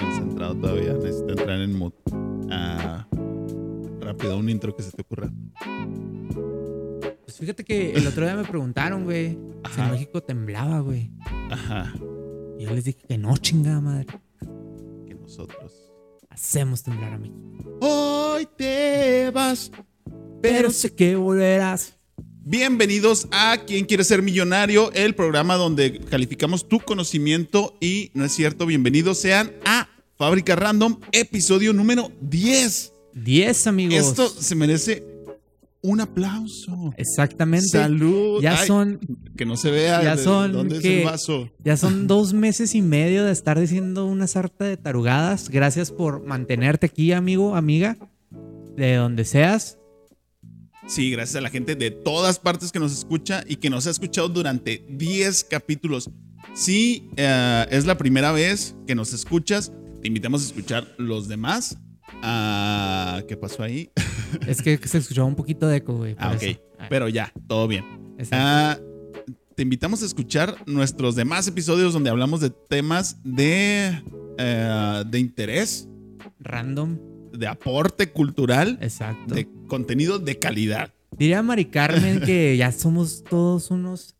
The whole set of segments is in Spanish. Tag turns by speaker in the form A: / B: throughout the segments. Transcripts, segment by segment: A: emocionado todavía. Necesito entrar en mood. Ah, rápido, un intro que se te ocurra.
B: Pues fíjate que el otro día me preguntaron, güey, si en
A: Ajá,
B: México temblaba, güey.
A: ajá.
B: Y yo les dije que no, chingada madre.
A: Que nosotros.
B: Hacemos temblar a México.
A: Hoy te vas.
B: Pero sé que volverás.
A: Bienvenidos a Quien quiere ser millonario, el programa donde calificamos tu conocimiento y, no es cierto, bienvenidos sean a Fábrica Random, episodio número 10.
B: 10, amigos.
A: Esto se merece un aplauso.
B: Exactamente.
A: Salud.
B: Ya
A: Ay,
B: son,
A: Que no se vea.
B: ya
A: de-
B: son
A: ¿Dónde es
B: que-
A: el vaso?
B: ya son dos meses y medio de estar diciendo una sarta de tarugadas. Gracias por mantenerte aquí, amigo, amiga, de donde seas.
A: Sí, gracias a la gente de todas partes que nos escucha y que nos ha escuchado durante 10 capítulos. Si eh, es la primera vez que nos escuchas, te invitamos a escuchar los demás. Ah, ¿Qué pasó ahí?
B: Es que se escuchaba un poquito de eco, güey. por
A: Ah, ok.
B: eso.
A: Pero ya, todo bien.
B: Exacto.
A: Ah, te invitamos a escuchar nuestros demás episodios donde hablamos de temas de, eh, de interés,
B: Random.
A: de aporte cultural,
B: Exacto.
A: de contenido de calidad.
B: Diría Mari Carmen que ya somos todos unos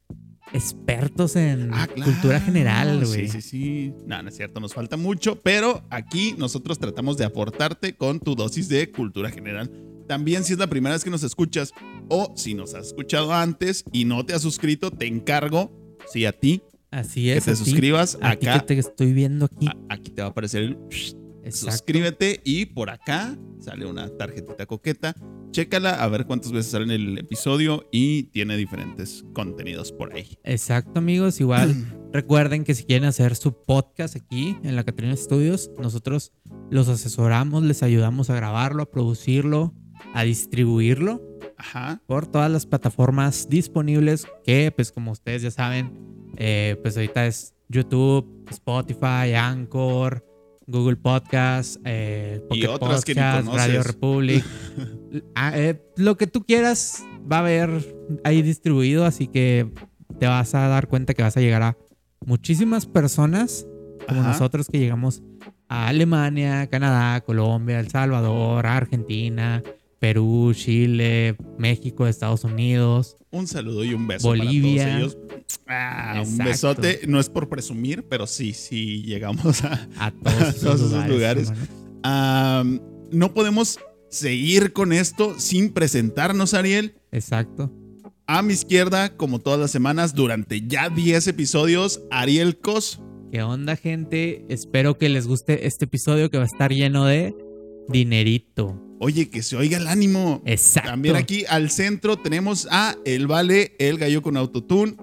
B: expertos en
A: Ah, claro.
B: cultura general, güey.
A: Sí, sí, sí. No, no es cierto, nos falta mucho, pero aquí nosotros tratamos de aportarte con tu dosis de cultura general. También si es la primera vez que nos escuchas o si nos has escuchado antes y no te has suscrito, te encargo, sí, a ti,
B: Así
A: que
B: es.
A: te
B: a ti,
A: suscribas
B: a ti
A: acá. Ah,
B: que te estoy viendo aquí.
A: A- Aquí te va a aparecer el
B: Exacto.
A: suscríbete y por acá sale una tarjetita coqueta. Chécala a ver cuántas veces sale en el episodio y tiene diferentes contenidos por ahí.
B: Exacto, amigos. Igual recuerden que si quieren hacer su podcast aquí en la Catrina Studios, nosotros los asesoramos, les ayudamos a grabarlo, a producirlo, a distribuirlo
A: Ajá.
B: por todas las plataformas disponibles que, pues como ustedes ya saben, eh, pues ahorita es YouTube, Spotify, Anchor, Google Podcast, eh, Pocket
A: Y otras que ni
B: Podcast,
A: conoces.
B: Radio Republic. Ah, eh, lo que tú quieras va a haber ahí distribuido, así que te vas a dar cuenta que vas a llegar a muchísimas personas como
A: Ajá.
B: nosotros que llegamos a Alemania, Canadá, Colombia, El Salvador, Argentina, Perú, Chile, México, Estados Unidos.
A: Un saludo y un beso
B: Bolivia.
A: para todos ellos. Ah, un
B: Exacto.
A: besote. No es por presumir, pero sí, sí llegamos a.
B: A todos esos,
A: Todos esos lugares.
B: lugares.
A: a- um, no podemos seguir con esto sin presentarnos, Ariel.
B: Exacto.
A: A mi izquierda, como todas las semanas, durante ya 10 episodios, Ariel Cos.
B: ¿Qué onda, gente? Espero que les guste este episodio que va a estar lleno de dinerito.
A: Oye, que se oiga el ánimo.
B: Exacto.
A: También aquí al centro tenemos a El Vale, El Gallo con Autotune.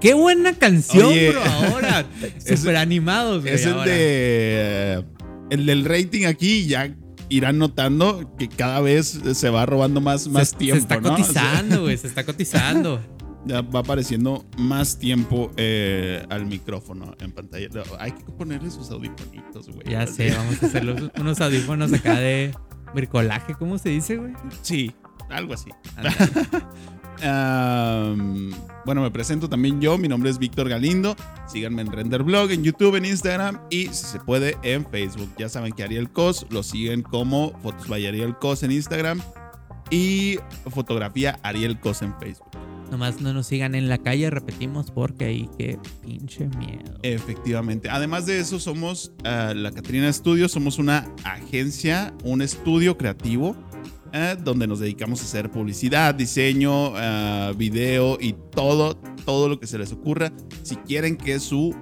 B: ¡Qué buena canción,
A: Oye.
B: bro! Ahora,
A: Es-
B: súper animados, güey.
A: Es el
B: ahora.
A: de. El del rating aquí ya irán notando que cada vez se va robando más, más
B: se,
A: tiempo.
B: Se está
A: ¿no? O sea,
B: cotizando, güey. Se está cotizando.
A: ya va apareciendo más tiempo eh, al micrófono en pantalla. No, hay que ponerle sus audifonitos, güey.
B: Ya
A: Así.
B: sé, vamos a hacer los- unos audífonos acá de bricolaje, ¿cómo se dice, güey?
A: Sí, algo así.
B: Ándale.
A: Am, bueno, me presento también yo. Mi nombre es Víctor Galindo. Síganme en Renderblog, en YouTube, en Instagram y, si se puede, en Facebook. Ya saben que Ariel Cos lo siguen como Fotos by Ariel Cos en Instagram y Fotografía Ariel Cos en Facebook.
B: Nomás no nos sigan en la calle, repetimos, porque ahí qué pinche miedo.
A: Efectivamente. Además de eso, somos ah, la Catrina Studios, somos una agencia, un estudio creativo, eh, donde nos dedicamos a hacer publicidad, diseño, ah, video y todo, todo lo que se les ocurra. Si quieren que su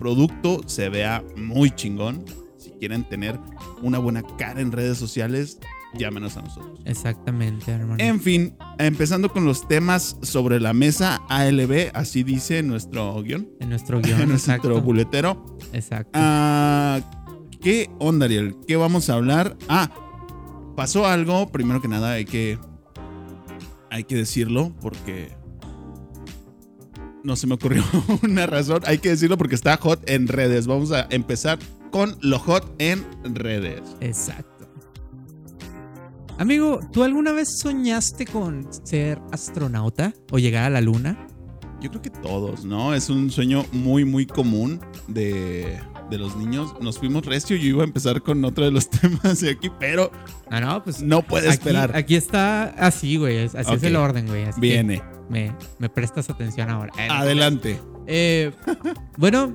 A: producto se vea muy chingón, si quieren tener una buena cara en redes sociales, llámenos a nosotros.
B: Exactamente, hermano.
A: En fin, empezando con los temas sobre la mesa ALB, así dice nuestro guión,
B: En nuestro guión,
A: nuestro
B: exacto.
A: buletero.
B: Exacto.
A: Ah, ¿Qué onda, Ariel? ¿Qué vamos a hablar? Ah, pasó algo. Primero que nada, hay que. Hay que decirlo porque. No se me ocurrió una razón. Hay que decirlo porque está hot en redes. Vamos a empezar con lo hot en redes.
B: Exacto. Amigo, ¿tú alguna vez soñaste con ser astronauta o llegar a la luna?
A: Yo creo que todos, ¿no? Es un sueño muy, muy común de, de los niños. Nos fuimos recio. Yo iba a empezar con otro de los temas de aquí, pero
B: No, no, pues
A: Ah, no puede
B: aquí,
A: esperar.
B: aquí está así, güey. es- Así
A: Ok.
B: es el orden, güey. así que
A: Viene.
B: Me, me prestas atención ahora. Eh, no.
A: Adelante.
B: Eh, bueno,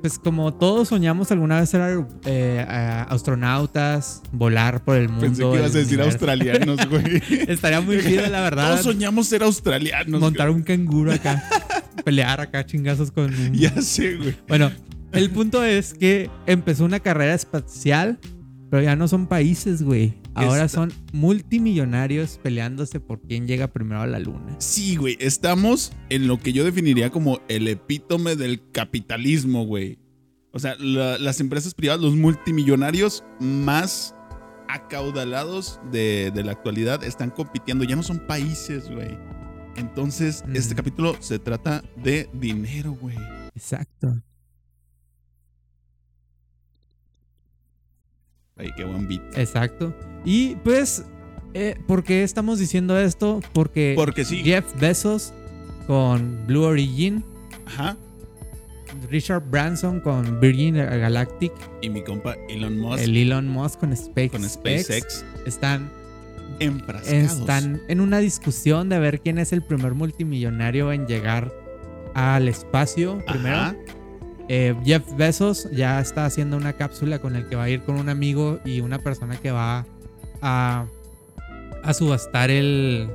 B: pues como todos soñamos alguna vez ser aer- eh, a- astronautas, volar por el mundo.
A: Pensé que ibas a
B: el
A: decir
B: universo.
A: australianos, güey.
B: Estaría muy bien, la verdad.
A: Todos soñamos ser australianos.
B: montar un canguro acá, pelear acá chingazos con un
A: güey. Ya sé, güey.
B: Bueno, el punto es que empezó una carrera espacial, pero ya no son países, güey. Ahora
A: Esta-
B: son multimillonarios peleándose por quién llega primero a la luna.
A: Sí, güey. Estamos en lo que yo definiría como el epítome del capitalismo, güey. O sea, la- las empresas privadas, los multimillonarios más acaudalados de, de la actualidad están compitiendo. Ya no son países, güey. Entonces,
B: Mm.
A: este capítulo se trata de dinero, güey.
B: Exacto.
A: Ay, qué buen beat.
B: Exacto. Y pues, eh, ¿por qué estamos diciendo esto? Porque
A: Porque sí.
B: Jeff Bezos con Blue Origin,
A: Ajá.
B: Richard Branson con Virgin Galactic,
A: Y mi compa Elon Musk
B: el Elon Musk con SpaceX,
A: con SpaceX
B: están
A: enfrascados.
B: están en una discusión de ver quién es el primer multimillonario en llegar al espacio.
A: Ajá.
B: Primero, Eh, Jeff Bezos ya está haciendo una cápsula con el que va a ir con un amigo y una persona que va a, a subastar el,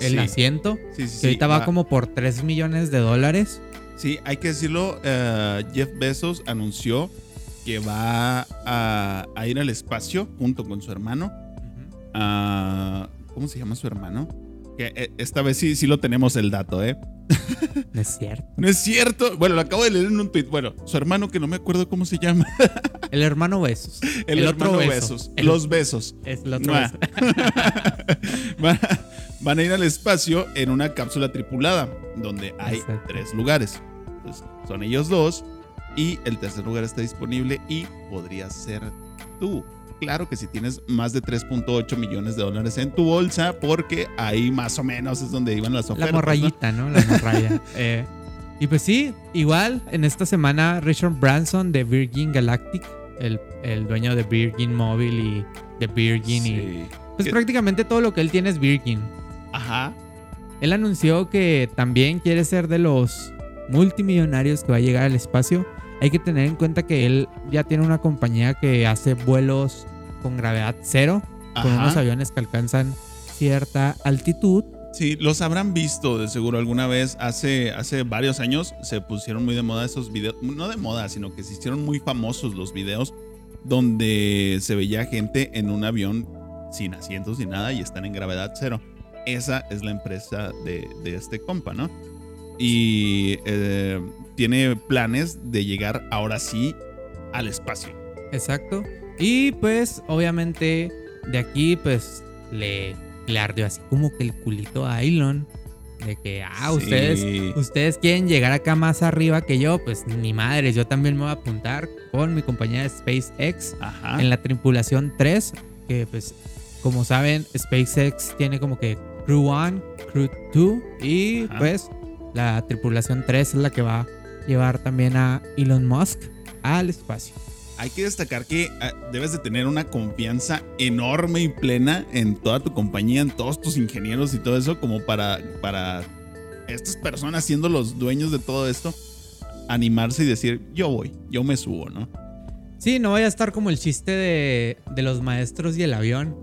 B: el
A: Sí.
B: asiento.
A: Sí, sí,
B: Que
A: sí.
B: ahorita va
A: Ah,
B: como por 3 millones de dólares.
A: Sí, hay que decirlo, eh, Jeff Bezos anunció que va a, a ir al espacio junto con su hermano. a- ¿Cómo se llama su hermano? Que eh, esta vez sí, sí lo tenemos el dato, ¿eh?
B: No es cierto.
A: No es cierto. Bueno, lo acabo de leer en un tuit. Bueno, su hermano que no me acuerdo cómo se llama.
B: El hermano Bezos.
A: El,
B: El
A: hermano
B: otro beso.
A: Besos.
B: El-
A: Los besos.
B: Es el otro
A: Mua.
B: Bezos.
A: van, a, van a ir al espacio en una cápsula tripulada, donde hay
B: Exacto.
A: tres lugares. Entonces, son ellos dos y el tercer lugar está disponible y podría ser tú. Claro que si tienes más de 3.8 millones de dólares en tu bolsa, porque ahí más o menos es donde iban las
B: La
A: ofertas. ¿no?
B: morrayita, ¿no? La morralla. Eh, y pues sí, igual en esta semana Richard Branson de Virgin Galactic, el, el dueño de Virgin Mobile y de Virgin y...
A: Sí.
B: Pues
A: Que-
B: prácticamente todo lo que él tiene es Virgin.
A: Ajá.
B: Él anunció que también quiere ser de los multimillonarios que va a llegar al espacio. Hay que tener en cuenta que él ya tiene una compañía que hace vuelos con gravedad cero, con
A: ajá.
B: unos aviones que alcanzan cierta altitud.
A: Sí, los habrán visto de seguro alguna vez. Hace, hace varios años se pusieron muy de moda esos videos. No de moda, sino que se hicieron muy famosos los videos donde se veía gente en un avión sin asientos ni nada y están en gravedad cero. Esa es la empresa de, de este compa, ¿no? Y eh, tiene planes de llegar ahora sí al espacio.
B: Exacto. Y pues, obviamente, de aquí, pues, le, le ardió así como que el culito a Elon. De que, ah,
A: Sí.
B: ustedes, ustedes quieren llegar acá más arriba que yo. Pues ni madres, yo también me voy a apuntar con mi compañía de SpaceX
A: Ajá.
B: en la tripulación 3. Que pues, como saben, SpaceX tiene como que Crew 1, Crew 2. Y
A: Ajá.
B: pues, la tripulación 3 es la que va a llevar también a Elon Musk al espacio.
A: Hay que destacar que ah, debes de tener una confianza enorme y plena en toda tu compañía, en todos tus ingenieros y todo eso, como para, para estas personas siendo los dueños de todo esto, animarse y decir, yo voy, yo me subo, ¿no?
B: Sí, no vaya a estar como el chiste de, de los maestros y el avión.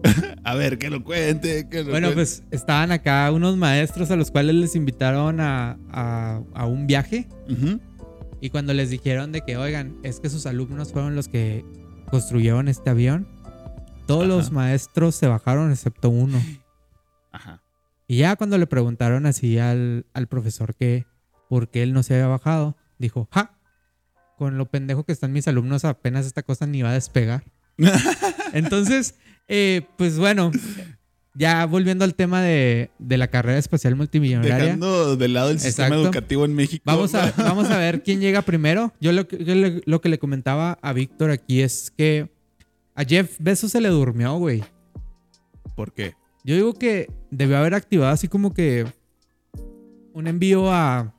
A: A ver, que lo cuente, que lo
B: Bueno,
A: cuente.
B: pues estaban acá unos maestros a los cuales les invitaron a, a- a un viaje
A: Ujú.
B: y cuando les dijeron de que, oigan, es que sus alumnos fueron los que construyeron este avión, todos
A: Ajá.
B: los maestros se bajaron excepto uno.
A: Ajá.
B: Y ya cuando le preguntaron así al, al profesor que por qué él no se había bajado, dijo, ja, con lo pendejo que están mis alumnos apenas esta cosa ni va a despegar. Entonces, eh, pues bueno, ya volviendo al tema de, de la carrera espacial multimillonaria.
A: Dejando de lado el sistema
B: Exacto.
A: educativo en México.
B: Vamos a, vamos a ver quién llega primero. Yo lo que, yo le- lo que le comentaba a Víctor aquí es que a Jeff Bezos se le durmió, güey.
A: ¿Por qué?
B: Yo digo que debió haber activado así como que un envío a, a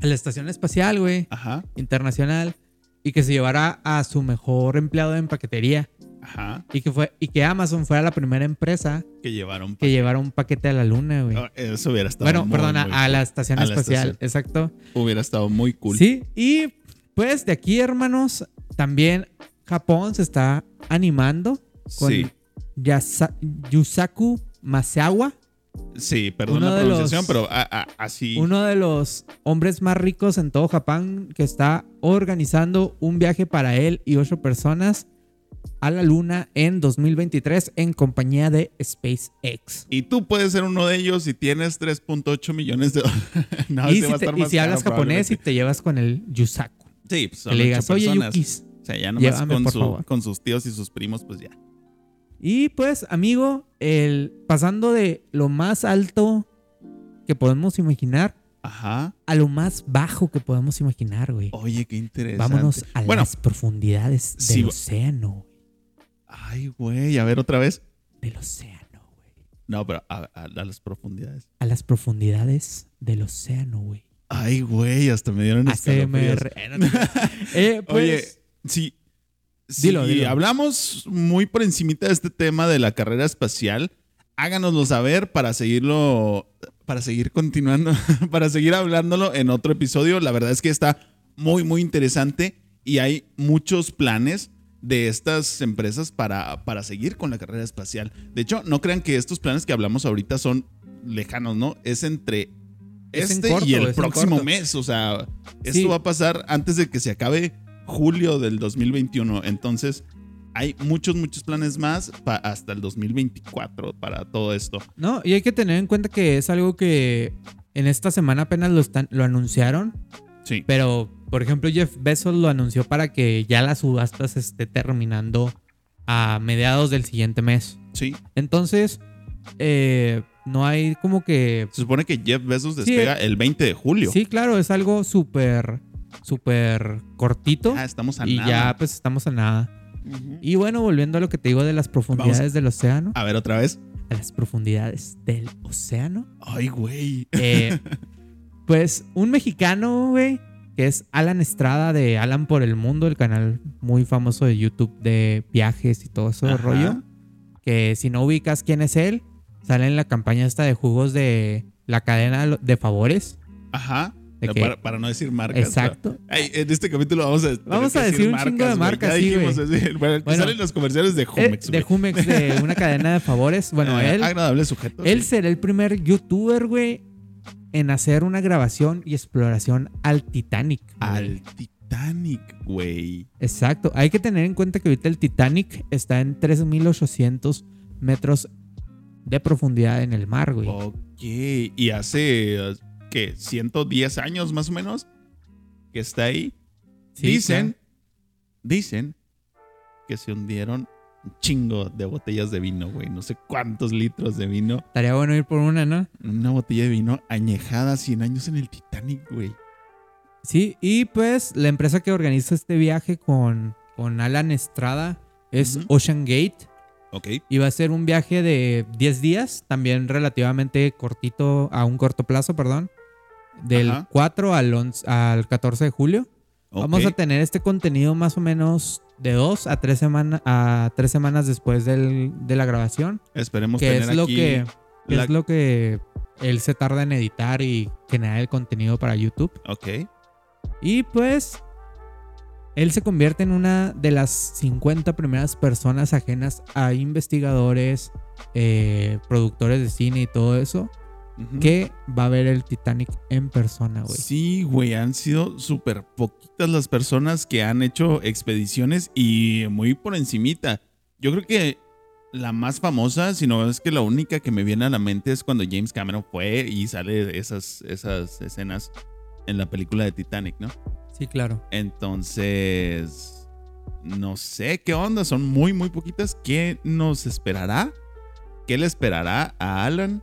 B: la estación espacial, güey,
A: Ajá,
B: internacional, y que se llevara a su mejor empleado de empaquetería.
A: ajá.
B: Y que, fue, y que Amazon fuera la primera empresa
A: Que llevaron.
B: que llevara un paquete a la luna, güey.
A: Ah, Eso hubiera estado.
B: bueno,
A: muy,
B: perdona,
A: muy
B: a la estación
A: A la
B: espacial,
A: estación.
B: exacto.
A: cool. Hubiera estado muy cool.
B: Sí, y pues de aquí, hermanos, también Japón se está animando con
A: sí.
B: Yasa- Yusaku Masawa,
A: Sí, perdón
B: Uno
A: la
B: de
A: pronunciación,
B: los-
A: pero a- a- así.
B: uno de los hombres más ricos en todo Japón, que está organizando un viaje para él y ocho personas a la luna en 2023 en compañía de SpaceX.
A: Y tú puedes ser uno de ellos si tienes 3.8 millones de dólares. No,
B: y
A: ese Ah, va a
B: si, te-
A: estar
B: y
A: más
B: si
A: caro
B: hablas japonés y
A: probablemente.
B: te llevas con el Yusaku,
A: Sí, pues son
B: que le
A: ocho
B: digas, oye,
A: personas.
B: Yukis.
A: O sea, ya nomás
B: llévame,
A: con,
B: por
A: su-
B: favor.
A: con sus tíos y sus primos, pues ya.
B: Y pues, amigo, el, pasando de lo más alto que podemos imaginar
A: Ajá.
B: a lo más bajo que podemos imaginar, güey.
A: Oye, qué Oh, interesante.
B: Vámonos a
A: Bueno,
B: las profundidades del
A: sí, va-
B: océano, güey.
A: ay, güey, a ver otra vez.
B: Del océano, güey.
A: No, pero a, a- a las profundidades.
B: A las profundidades del océano, güey.
A: Ay, güey, hasta me dieron escalofríos.
B: ACMR. Eh, no te creas. Eh, pues,
A: Oye, sí.
B: Dilo,
A: si
B: dilo.
A: hablamos muy por encimita de este tema de la carrera espacial, háganoslo saber para seguirlo, para seguir continuando, para seguir hablándolo en otro episodio. La verdad es que está muy, muy interesante y hay muchos planes de estas empresas para, para seguir con la carrera espacial. De hecho, no crean que estos planes que hablamos ahorita son lejanos, ¿no? Es entre
B: Es en
A: este
B: corto,
A: y
B: es
A: el
B: en
A: próximo
B: corto.
A: mes. O sea, esto
B: Sí.
A: va a pasar antes de que se acabe julio del 2021. Entonces, hay muchos, muchos planes más pa- hasta el 2024 para todo esto.
B: no, y hay que tener en cuenta que es algo que en esta semana apenas lo, están, lo anunciaron.
A: Sí.
B: Pero, por ejemplo, Jeff Bezos lo anunció para que ya la subasta se esté terminando a mediados del siguiente mes.
A: Sí.
B: Entonces, eh, no hay como que...
A: Se supone que Jeff Bezos
B: Sí, eh.
A: despega el 20 de julio.
B: Sí, claro, es algo súper, súper cortito.
A: Ah, estamos a
B: y
A: nada.
B: ya pues estamos a nada.
A: Ujú.
B: Y bueno, volviendo a lo que te digo de las profundidades del océano.
A: A ver, otra vez.
B: A las profundidades del océano.
A: Ay, güey.
B: eh, pues un mexicano, güey, que es Alan Estrada de Alan por el Mundo, el canal muy famoso de YouTube de viajes y todo eso de
A: Ajá.
B: rollo. Que si no ubicas quién es él, sale en la campaña esta de jugos de la cadena de favores.
A: Ajá. Eh,
B: ¿De qué?
A: Para, para no decir marcas.
B: Exacto.
A: pero- Ay, en este capítulo vamos a,
B: Vamos
A: tener
B: a
A: que
B: decir un chingo de
A: güey.
B: marcas,
A: Ya
B: sí,
A: dijimos,
B: güey.
A: así, bueno, el que
B: Bueno.
A: salen los comerciales de Jumex.
B: Eh, de
A: güey.
B: Jumex, de una cadena de favores. Bueno,
A: Ah,
B: él,
A: Agradable sujeto.
B: él
A: sí.
B: será el primer youtuber, güey, en hacer una grabación y exploración al Titanic. güey.
A: Al Titanic, güey.
B: Exacto. Hay que tener en cuenta que ahorita el Titanic está en 3.800 metros de profundidad en el mar, güey.
A: Ok, y hace, ¿qué? 110 años más o menos que está ahí.
B: Sí,
A: dicen,
B: claro.
A: dicen que se hundieron un chingo de botellas de vino, güey. No sé cuántos litros de vino.
B: Estaría bueno ir por una, ¿no?
A: Una botella de vino añejada 100 años en el Titanic, güey.
B: Sí, y pues la empresa que organiza este viaje con, con Alan Estrada es
A: Ujú.
B: Ocean Gate.
A: Ok.
B: Y va a ser un viaje de 10 días, también relativamente cortito, a un corto plazo, perdón. Del
A: Ajá.
B: 4 al, 11 al 14 de julio. Vamos a tener este contenido más o menos de dos a tres, semana- a tres semanas después del- de la grabación.
A: Esperemos
B: Que
A: tener
B: es lo
A: aquí
B: que, que
A: la-
B: es lo que él se tarda en editar y generar el contenido para YouTube.
A: Ok.
B: Y pues él se convierte en una de las 50 primeras personas ajenas a investigadores, eh, productores de cine y todo eso,
A: Ujú.
B: que va a ver el Titanic en persona, güey.
A: Sí, güey, han sido súper poquitas las personas que han hecho expediciones y muy por encimita. Yo creo que la más famosa, si no es que la única que me viene a la mente es cuando James Cameron fue y sale esas, esas escenas en la película de Titanic, ¿no?
B: Sí, claro.
A: Entonces, no sé qué onda, son muy, muy poquitas. ¿Qué nos esperará? ¿Qué le esperará a Alan?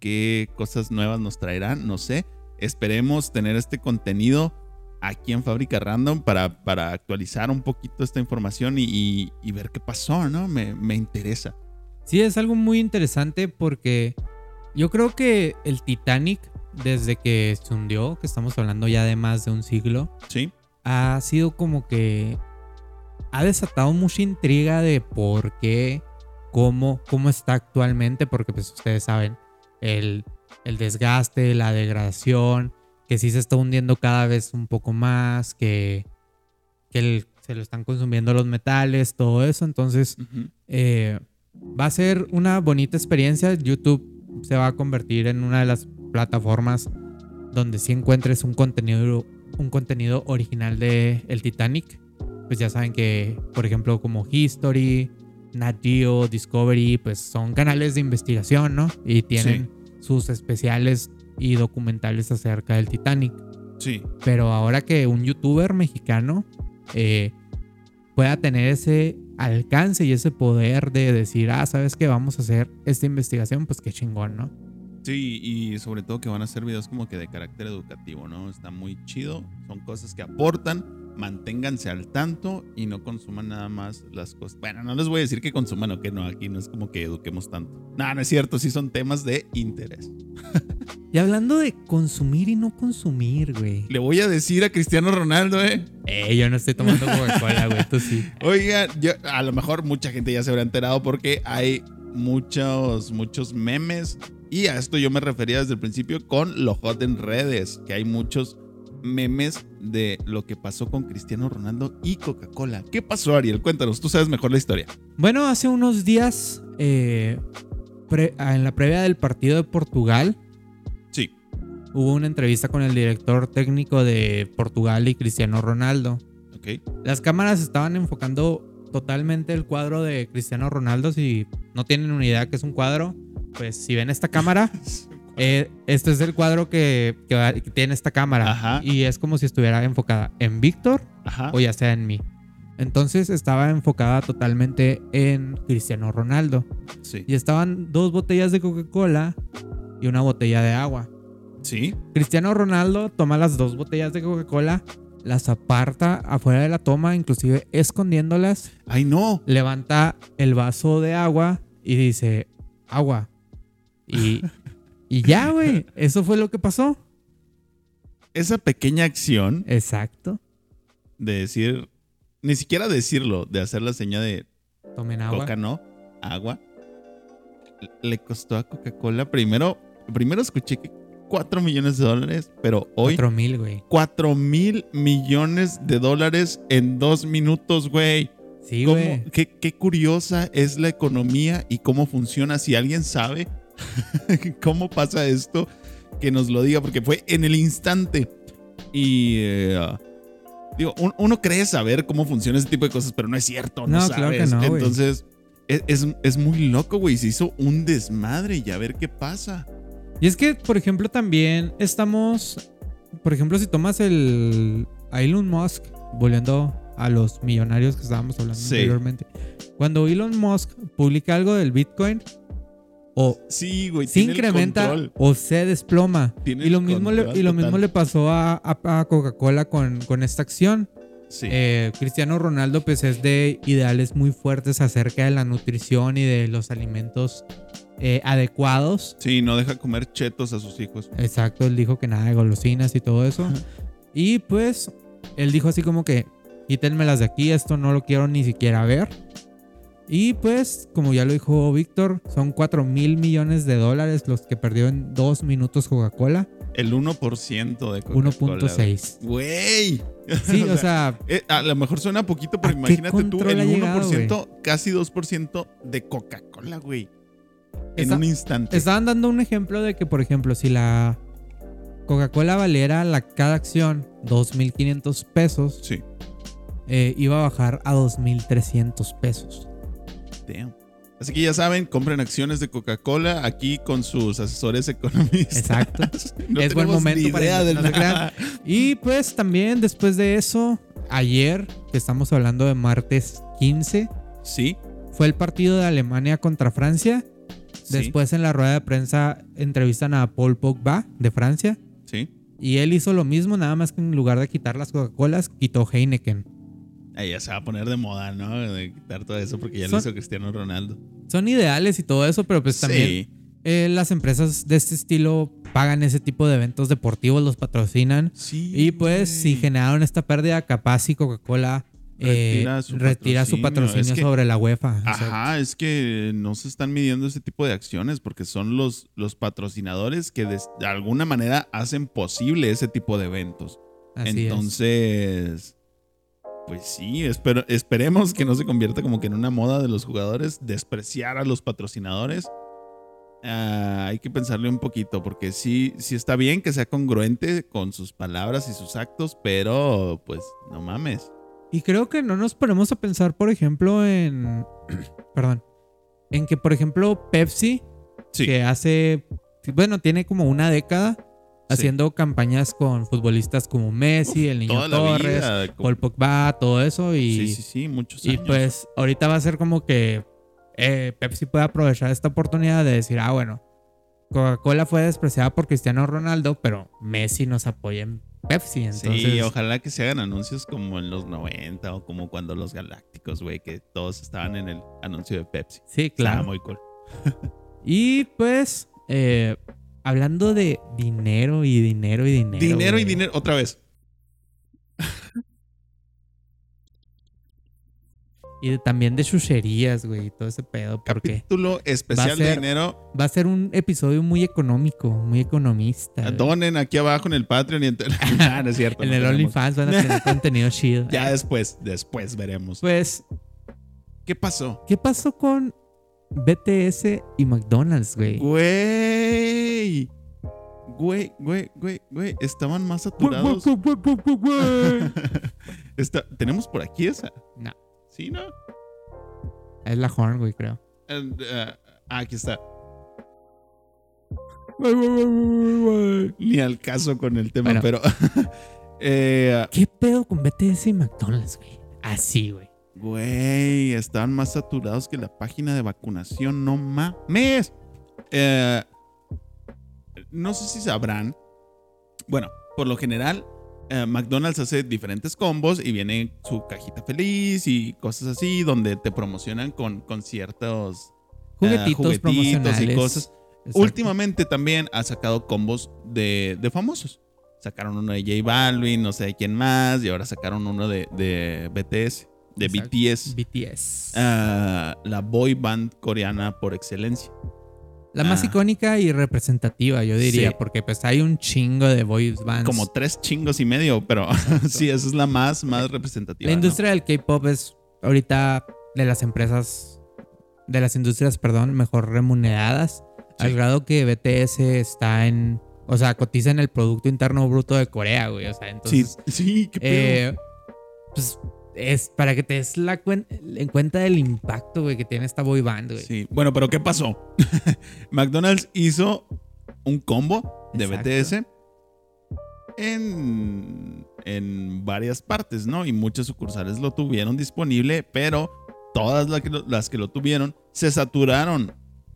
A: ¿Qué cosas nuevas nos traerán? No sé. Esperemos tener este contenido aquí en Fábrica Random para, para actualizar un poquito esta información y, y- y ver qué pasó, ¿no? Me, me interesa.
B: Sí, es algo muy interesante porque yo creo que el Titanic, desde que se hundió, que estamos hablando ya de más de un siglo,
A: Sí,
B: ha sido como que ha desatado mucha intriga de por qué, cómo, cómo está actualmente, porque pues ustedes saben, el, el desgaste, la degradación, que sí se está hundiendo cada vez un poco más, que, que el- se lo están consumiendo los metales, todo eso, entonces
A: Ujú.
B: eh, va a ser una bonita experiencia. YouTube se va a convertir en una de las plataformas donde si encuentres un contenido, un contenido original de El Titanic. Pues ya saben que, por ejemplo, como History, Nat Geo, Discovery, pues son canales de investigación, ¿no? Y tienen sus especiales y documentales acerca del Titanic.
A: sí.
B: Pero ahora que un youtuber mexicano eh, pueda tener ese alcance y ese poder de decir, ah, ¿sabes qué? Vamos a hacer esta investigación, pues qué chingón, ¿no?
A: Sí, y sobre todo que van a ser videos como que de carácter educativo, ¿no? Está muy chido, son cosas que aportan, manténganse al tanto y no consuman nada más las cosas. Bueno, no les voy a decir que consuman o que no, aquí no es como que eduquemos tanto. No, no es cierto, sí son temas de interés.
B: Y hablando de consumir y no consumir, güey.
A: Le voy a decir a Cristiano Ronaldo, ¿eh?
B: Eh, yo no estoy tomando Coca-Cola, güey, tú sí.
A: Oiga, yo- a lo mejor mucha gente ya se habrá enterado porque hay muchos, muchos memes. Y a esto yo me refería desde el principio con lo hot en redes, que hay muchos memes de lo que pasó con Cristiano Ronaldo y Coca-Cola. ¿Qué pasó, Ariel? Cuéntanos, tú sabes mejor la historia.
B: Bueno, hace unos días, eh, pre- en la previa del partido de Portugal,
A: Sí.
B: hubo una entrevista con el director técnico de Portugal y Cristiano Ronaldo.
A: Ok.
B: Las cámaras estaban enfocando totalmente el cuadro de Cristiano Ronaldo. Si no tienen una idea que es un cuadro, pues si ven esta cámara, eh, este es el cuadro que, que va- que tiene esta cámara.
A: Ajá. Ah.
B: Y es como si estuviera enfocada en Víctor
A: Ajá.
B: o ya sea en mí. Entonces estaba enfocada totalmente en Cristiano Ronaldo.
A: Sí.
B: Y estaban dos botellas de Coca-Cola y una botella de agua.
A: Sí.
B: Cristiano Ronaldo toma las dos botellas de Coca-Cola, las aparta afuera de la toma, inclusive escondiéndolas,
A: Ay, no.
B: levanta el vaso de agua y dice, agua. Y, y ya, güey, eso fue lo que pasó.
A: Esa pequeña acción
B: Exacto.
A: de decir, ni siquiera decirlo, de hacer la señal de
B: Tomen agua.
A: Coca no, agua. Le costó a Coca-Cola primero, primero escuché que 4 millones de dólares, pero hoy
B: Cuatro mil, güey.
A: 4 mil millones de dólares en dos minutos, güey.
B: Sí,
A: Cómo-
B: güey.
A: Qué, qué curiosa es la economía y cómo funciona. Si alguien sabe cómo pasa esto, que nos lo diga, porque fue en el instante. Y eh, digo, un- uno cree saber cómo funciona ese tipo de cosas, pero no es cierto, no,
B: No,
A: sabes.
B: claro que no, güey.
A: Entonces, es, es- es muy loco, güey. Se hizo un desmadre y a ver qué pasa.
B: Y es que, por ejemplo, también estamos. Por ejemplo, si tomas el. A Elon Musk, volviendo a los millonarios que estábamos hablando
A: Sí.
B: anteriormente. Cuando Elon Musk publica algo del Bitcoin, o
A: Sí, güey.
B: se
A: tiene el
B: incrementa
A: control.
B: o se desploma.
A: Tiene
B: Y lo,
A: el
B: mismo le,
A: control
B: y lo
A: total.
B: mismo le pasó a, a- a Coca-Cola con, con esta acción.
A: Sí.
B: Eh, Cristiano Ronaldo pues es de ideales muy fuertes acerca de la nutrición y de los alimentos eh, adecuados.
A: sí, no deja comer chetos a sus hijos.
B: Exacto, él dijo que nada de golosinas y todo eso.
A: Ajá.
B: Y pues él dijo así como que quítenmelas de aquí, esto no lo quiero ni siquiera ver. Y pues, como ya lo dijo Víctor, son 4 mil millones de dólares los que perdió en dos minutos Coca-Cola,
A: El 1% de Coca-Cola. güey.
B: 1.6.
A: Güey.
B: Sí, o sea,
A: Eh, a lo mejor suena poquito, pero
B: ¿A qué
A: imagínate tú,
B: control
A: el
B: ha
A: 1%,
B: llegado,
A: casi 2% de Coca-Cola, güey. En
B: Esa-
A: un instante.
B: estaban dando un ejemplo de que, por ejemplo, si la Coca-Cola valiera la, cada acción 2.500 pesos,
A: Sí.
B: eh, iba a bajar a 2.300 pesos.
A: Damn. Así que ya saben, compren acciones de Coca-Cola aquí con sus asesores economistas.
B: Exacto.
A: No
B: es buen
A: tenemos
B: momento
A: ni
B: para
A: idea de
B: no se
A: nada.
B: crean. Y pues también después de eso, ayer, que estamos hablando de martes 15,
A: Sí.
B: fue el partido de Alemania contra Francia.
A: sí,
B: Después en la rueda de prensa entrevistan a Paul Pogba de Francia.
A: Sí.
B: Y él hizo lo mismo, nada más que en lugar de quitar las Coca-Colas, quitó Heineken.
A: Ahí ya se va a poner de moda, ¿no? De quitar todo eso porque ya lo
B: Son-
A: hizo Cristiano Ronaldo.
B: Son ideales y todo eso, pero pues también eh, las empresas de este estilo pagan ese tipo de eventos deportivos, los patrocinan.
A: Sí.
B: Y pues
A: güey.
B: si generaron esta pérdida, capaz y Coca-Cola eh,
A: Retira su
B: retira su
A: patrocinio.
B: patrocinio
A: Es que-
B: sobre la UEFA. O sea,
A: Ajá, es que no se están midiendo ese tipo de acciones porque son los, los patrocinadores que des- de, alguna manera hacen posible ese tipo de eventos.
B: así es.
A: Entonces, pues sí, espero- esperemos que no se convierta como que en una moda de los jugadores despreciar a los patrocinadores. Ah, hay que pensarle un poquito porque sí, sí está bien que sea congruente con sus palabras y sus actos, pero pues no mames.
B: Y creo que no nos ponemos a pensar, por ejemplo, en. Perdón. En que, por ejemplo, Pepsi,
A: Sí.
B: que hace. Bueno, tiene como una década haciendo campañas con futbolistas como Messi, el niño
A: Toda la
B: Torres,
A: vida, como-
B: Paul Pogba, todo eso. Y,
A: sí, sí, sí, muchos
B: y
A: años.
B: pues ahorita va a ser como que eh, Pepsi puede aprovechar esta oportunidad de decir, ah, bueno, Coca-Cola fue despreciada por Cristiano Ronaldo, pero Messi nos apoya en Pepsi. Entonces,
A: sí, ojalá que se hagan anuncios como en los 90 o como cuando los Galácticos, güey, que todos estaban en el anuncio de Pepsi.
B: sí,
A: Claro.
B: claro.
A: muy cool.
B: Y pues, eh, hablando de dinero y dinero y dinero.
A: Dinero y
B: güey.
A: dinero, otra vez.
B: Y de- también de chucherías, güey, y todo ese pedo. Porque
A: Capítulo
B: Va a
A: especial de
B: ser-
A: dinero.
B: va a ser un episodio muy económico, muy economista.
A: Ah,
B: güey.
A: Donen aquí abajo en el Patreon y en, eh, Ah, no es cierto.
B: En
A: no
B: el
A: tenemos.
B: OnlyFans van a tener contenido chido.
A: Ya después, después veremos.
B: Pues,
A: ¿Qué pasó?
B: ¿qué pasó con BTS y McDonald's, güey?
A: Güey. Güey, güey, güey, güey. Estaban más saturados. Está- ¿Tenemos por aquí esa?
B: No.
A: ¿Sí, no?
B: Es la horn, güey, creo.
A: And, eh, ah, aquí está. Ni al caso con el tema,
B: Bueno.
A: pero. eh,
B: ¿Qué pedo con BTS y McDonald's, güey? Así, güey.
A: Güey, estaban más saturados que la página de vacunación, no mames. Eh, no sé si sabrán. Bueno, por lo general, eh, McDonald's hace diferentes combos y viene su cajita feliz y cosas así, donde te promocionan con, con ciertos eh,
B: Juguetitos, promocionales.
A: y cosas.
B: Exacto.
A: Últimamente también ha sacado combos de, de famosos. Sacaron uno de J Balvin, no sé de quién más, y ahora sacaron uno de, de BTS, de
B: Exacto.
A: BTS,
B: BTS.
A: ah, la boy band coreana por excelencia.
B: La más
A: Ah.
B: icónica y representativa, yo diría,
A: Sí.
B: porque pues hay un chingo de boys bands.
A: Como tres chingos y medio, pero sí, esa es la más, más representativa.
B: la
A: ¿no?
B: industria del K-pop es ahorita de las empresas, de las industrias, perdón, mejor remuneradas,
A: Sí.
B: al grado que BTS está en, o sea, cotiza en el Producto Interno Bruto de Corea, güey, o sea,
A: Sí,
B: entonces,
A: sí, qué pedo.
B: eh, pues es para que te des la cuen- en cuenta del impacto, güey, que tiene esta boy band, güey.
A: Sí. Bueno, pero ¿qué pasó? McDonald's hizo un combo de
B: Exacto.
A: BTS en, en varias partes, ¿no? Y muchas sucursales lo tuvieron disponible, pero todas la que lo- las que lo tuvieron se saturaron.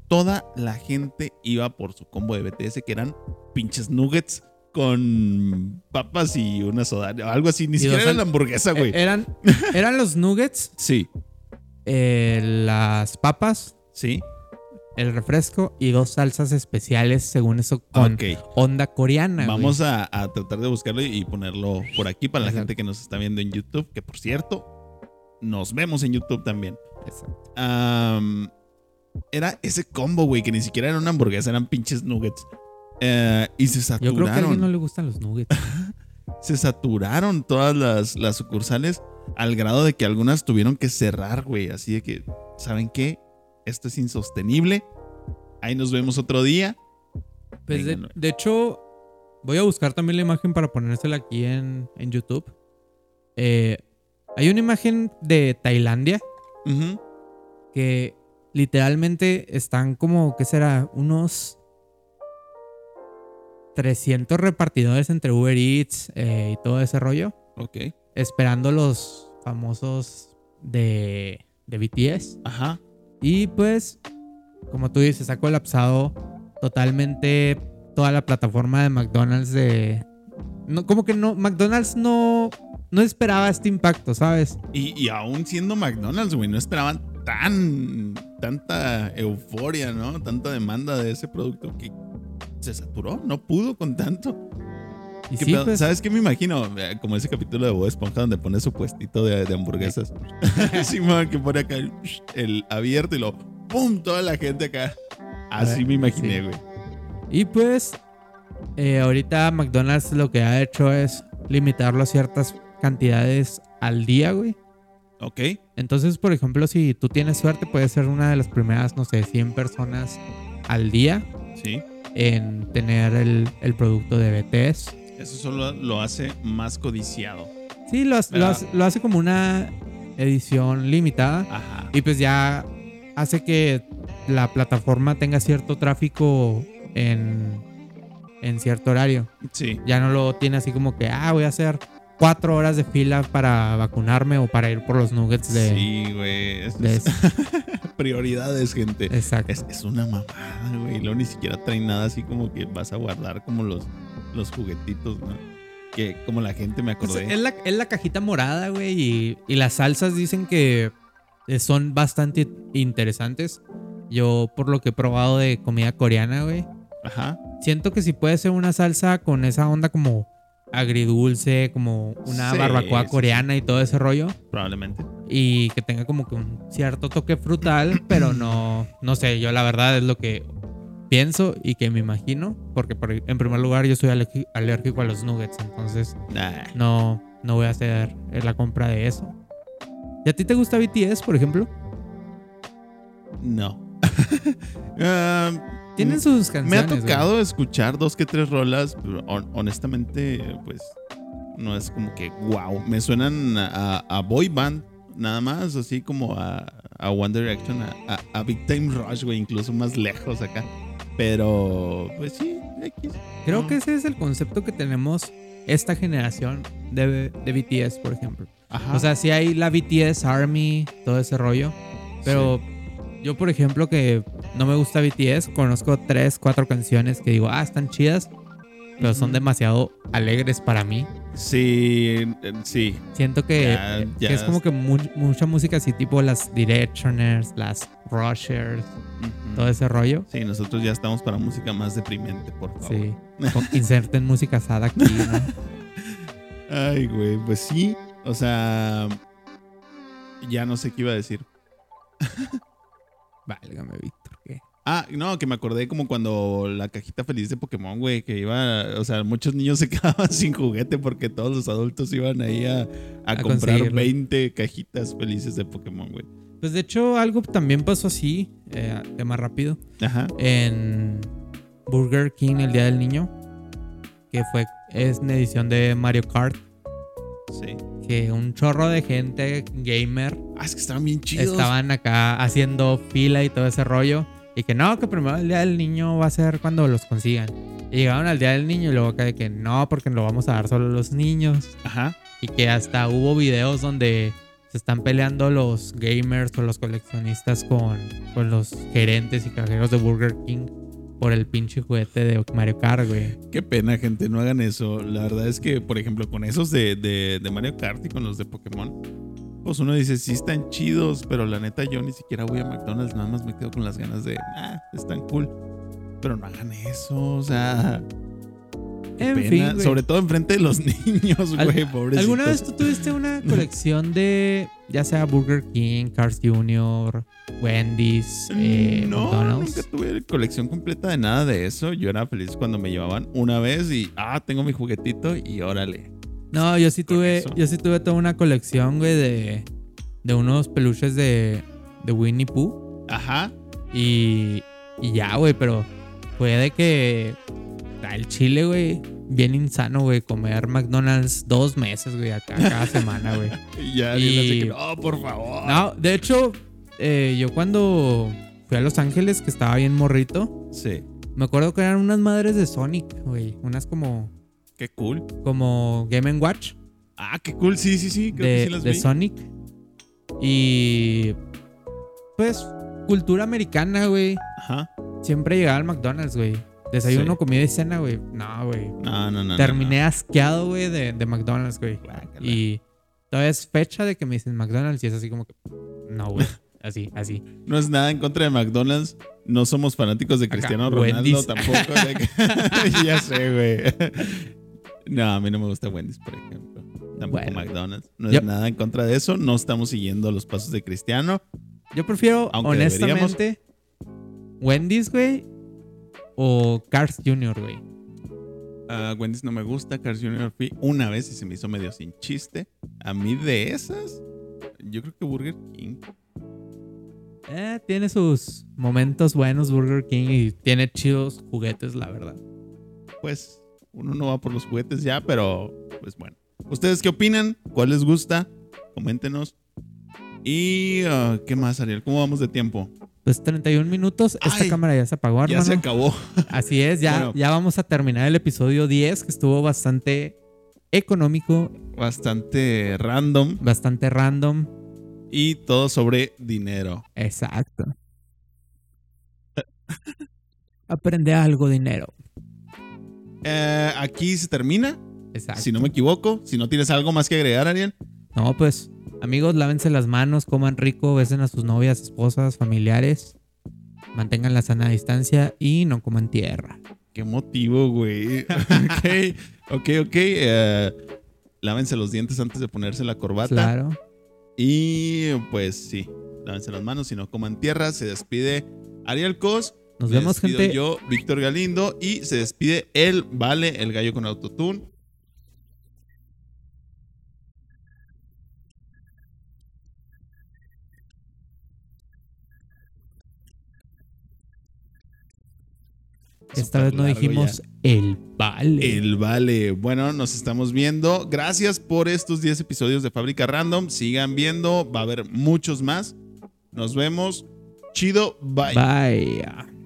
A: Toda la gente iba por su combo de BTS, que eran pinches nuggets con papas y una soda, algo así. Ni
B: Y
A: siquiera
B: dos
A: era
B: sal-
A: la hamburguesa, güey.
B: Eh, eran, eran los nuggets,
A: sí,
B: eh, las papas,
A: sí.
B: el refresco y dos salsas especiales según eso con
A: Ok.
B: onda coreana. güey.
A: Vamos a, a tratar de buscarlo y ponerlo por aquí para la
B: Exacto.
A: gente que nos está viendo en YouTube, que por cierto, nos vemos en YouTube también.
B: Exacto.
A: Am, era ese combo, güey, que ni siquiera era una hamburguesa, eran pinches nuggets. Eh, y se
B: Yo
A: saturaron.
B: creo que a alguien no le gustan los nuggets.
A: Se saturaron todas las, las sucursales al grado de que algunas tuvieron que cerrar, güey. Así de que, ¿saben qué? Esto es insostenible. Ahí nos vemos otro día.
B: Pues de,
A: Venga, no.
B: de hecho, voy a buscar también la imagen para ponérsela aquí en, en YouTube. Eh, hay una imagen de Tailandia
A: Ujú.
B: que literalmente están como, ¿qué será? Unos 300 repartidores entre Uber Eats eh, y todo ese rollo.
A: Ok.
B: esperando los famosos de, de BTS.
A: Ajá.
B: Y pues, como tú dices, ha colapsado totalmente toda la plataforma de McDonald's de... No, como que no, McDonald's no no esperaba este impacto, ¿sabes?
A: Y, y aún siendo McDonald's, güey, no esperaban tan tanta euforia, ¿no? Tanta demanda de ese producto que se saturó, no pudo con tanto.
B: Y
A: ¿Qué
B: sí,
A: pedo?
B: pues,
A: ¿Sabes qué me imagino? Eh, Como ese capítulo de Bob Esponja donde pone su puestito de, de hamburguesas. Simón, que pone acá el, el abierto y lo ¡pum! Toda la gente acá. Así
B: ver,
A: me imaginé,
B: Eh, sí.
A: güey.
B: Y pues, eh, ahorita McDonald's lo que ha hecho es limitarlo a ciertas cantidades al día, güey.
A: Ok.
B: Entonces, por ejemplo, si tú tienes suerte, puedes ser una de las primeras, no sé, 100 personas al día
A: Sí.
B: en tener el, el producto de BTS.
A: Eso solo lo hace más codiciado.
B: Sí, lo, hace- lo
A: Ah.
B: hace- lo hace como una edición limitada.
A: Ajá.
B: Y pues ya hace que la plataforma tenga cierto tráfico en, en cierto horario.
A: Sí.
B: Ya no lo tiene así como que, ah, voy a hacer cuatro horas de fila para vacunarme o para ir por los nuggets de...
A: Sí, güey. Es-
B: de-
A: es- prioridades, gente.
B: exacto.
A: Es, es una mamada, güey. Luego ni siquiera traen nada así como que vas a guardar como los, los juguetitos, ¿no? Que como la gente me
B: Pues
A: acordé.
B: es, la, es la cajita morada, güey, y, y las salsas dicen que eh, son bastante interesantes. Yo, por lo que he probado de comida coreana, güey,
A: Ajá.
B: siento que si puede ser una salsa con esa onda como agridulce, como una
A: Sí,
B: barbacoa
A: sí, sí.
B: coreana y todo ese rollo,
A: Probablemente.
B: y que tenga como que un cierto toque frutal, pero no, no sé, yo la verdad es lo que pienso y que me imagino, porque por- e, en primer lugar yo soy alergi- alérgico a los nuggets, entonces
A: Nah.
B: no, no voy a hacer eh, la compra de eso. ¿Y a ti te gusta BTS, por ejemplo?
A: No. Ah,
B: Tienen sus
A: me
B: canciones.
A: ha
B: güey.
A: tocado escuchar dos que tres rolas, pero hon- honestamente, pues no es como que wow. Me suenan a, a boy band, nada más, así como a, a One Direction, a, a, a Big Time Rush, güey, incluso más lejos acá. Pero, pues sí, X.
B: Creo
A: No.
B: que ese es el concepto que tenemos esta generación de, de BTS, por ejemplo.
A: Ajá.
B: O sea, sí hay la BTS Army, todo ese rollo. Pero yo, por ejemplo, que no me gusta BTS, conozco tres, cuatro canciones que digo, ah, están chidas, pero son
A: Ujú.
B: demasiado alegres para mí.
A: sí, eh, sí,
B: Siento que,
A: Ya,
B: eh,
A: ya
B: que es como que mu- mucha música así, tipo las Directioners, las Rushers,
A: Ujú.
B: todo ese rollo.
A: Sí, nosotros ya estamos para música más deprimente, por favor.
B: Sí. Con- Inserten música sad aquí, ¿no?
A: Ay, güey, pues sí. O sea, ya no sé qué iba a decir.
B: Válgame, Víctor. ¿qué?
A: Ah, no, que me acordé como cuando la cajita feliz de Pokémon, güey, que iba, o sea, muchos niños se quedaban sin juguete porque todos los adultos iban ahí a, a
B: A
A: comprar
B: conseguirlo.
A: 20 cajitas felices de Pokémon, güey.
B: Pues de hecho, algo también pasó así, eh, de más rápido,
A: Ajá.
B: en Burger King el Día del Niño, que fue, es una edición de Mario Kart,
A: Sí.
B: que un chorro de gente gamer
A: Ah, es que estaban bien chidos.
B: estaban acá haciendo fila y todo ese rollo, y que no, que primero el Día del Niño va a ser cuando los consigan. Y llegaron al Día del Niño y luego acá de que no, porque lo vamos a dar solo a los niños.
A: Ajá.
B: Y que hasta hubo videos donde se están peleando los gamers o los coleccionistas con, con los gerentes y cajeros de Burger King por el pinche juguete de Mario Kart, güey.
A: Qué pena, gente, no hagan eso. La verdad es que, por ejemplo, con esos de, de- de Mario Kart y con los de Pokémon, pues uno dice, sí están chidos, pero la neta yo ni siquiera voy a McDonald's, nada más me quedo con las ganas de, ah, están cool. Pero no hagan eso, o sea,
B: En
A: pena.
B: fin, güey.
A: Sobre todo enfrente de los niños,
B: Al-
A: güey, pobrecitos.
B: ¿Alguna vez tú tuviste una colección de ya sea Burger King, Cars Jr., Wendy's, eh,
A: Mm, no,
B: McDonald's?
A: nunca tuve colección completa de nada de eso. Yo era feliz cuando me llevaban una vez y, ah, tengo mi juguetito y órale.
B: No, yo sí
A: Con
B: tuve,
A: eso.
B: yo sí tuve toda una colección, güey, de, de unos peluches de, de Winnie Pooh.
A: Ajá.
B: Y, y ya, güey, pero fue de que al chile, güey, bien insano, güey, comer McDonald's dos meses, güey, acá cada semana, güey.
A: Y ya,
B: Y-
A: y... así que, no, "Oh, por favor.
B: No, de hecho, eh, yo cuando fui a Los Ángeles, que estaba bien morrito,
A: Sí.
B: me acuerdo que eran unas madres de Sonic, güey, unas como,
A: Qué cool.
B: como Game Watch
A: Ah, qué cool. Sí, sí, sí. Creo que
B: de,
A: sí las
B: de
A: vi.
B: Sonic. Y pues, cultura americana, güey.
A: Ajá.
B: Siempre llegaba al McDonald's, güey. Desayuno,
A: Sí.
B: comida y cena, güey. No, güey.
A: No, no, no. no,
B: Terminé
A: no.
B: asqueado, güey, de, de McDonald's, güey.
A: Guácala.
B: Y todavía es fecha de que me dicen McDonald's y es así como que. No, güey. Así, así.
A: No es nada en contra de McDonald's. No somos fanáticos de
B: Acá,
A: Cristiano Ronaldo
B: Wendy's.
A: tampoco. de que- ya sé, güey. No, a mí no me gusta Wendy's, por ejemplo. Tampoco
B: Bueno.
A: McDonald's. No
B: Yep.
A: es nada en contra de eso. No estamos siguiendo los pasos de Cristiano.
B: Yo prefiero,
A: Aunque
B: honestamente, Wendy's, güey, o Cars Jr., güey.
A: Ah, Wendy's no me gusta. Carl Jr. fui una vez y se me hizo medio sin chiste. A mí de esas, yo creo que Burger King.
B: Eh, tiene sus momentos buenos Burger King y tiene chidos juguetes, la verdad.
A: pues uno no va por los juguetes ya, pero pues bueno. ¿Ustedes qué opinan? ¿Cuál les gusta? Coméntenos. Y ah, ¿qué más, Ariel? ¿Cómo vamos de tiempo?
B: Pues 31 minutos, esta
A: Ay,
B: cámara ya se apagó,
A: Ya
B: hermano.
A: se acabó.
B: Así es, ya,
A: Bueno.
B: ya vamos a terminar el episodio 10, que estuvo bastante económico,
A: Bastante random.
B: bastante random.
A: Y todo sobre dinero.
B: Exacto. Aprende algo, dinero.
A: Eh, aquí se termina,
B: Exacto.
A: si no me equivoco. Si no tienes algo más que agregar, Ariel.
B: No, pues, amigos, lávense las manos, coman rico, besen a sus novias, esposas, familiares, mantengan la sana distancia y no coman tierra.
A: Qué motivo, güey. ok, ok, ok. eh, lávense los dientes antes de ponerse la corbata.
B: Claro.
A: Y pues sí, lávense las manos, si no coman tierra, se despide Ariel Cos.
B: Nos
A: me
B: vemos,
A: despido
B: gente.
A: Yo, Víctor Galindo, y se despide el Vale, el gallo con autotune.
B: Esta vez no
A: Superlargo
B: dijimos el vale.
A: El vale. Bueno, nos estamos viendo. Gracias por estos 10 episodios de Fábrica Random. Sigan viendo, va a haber muchos más. Nos vemos. Chido, bye.
B: Vaya.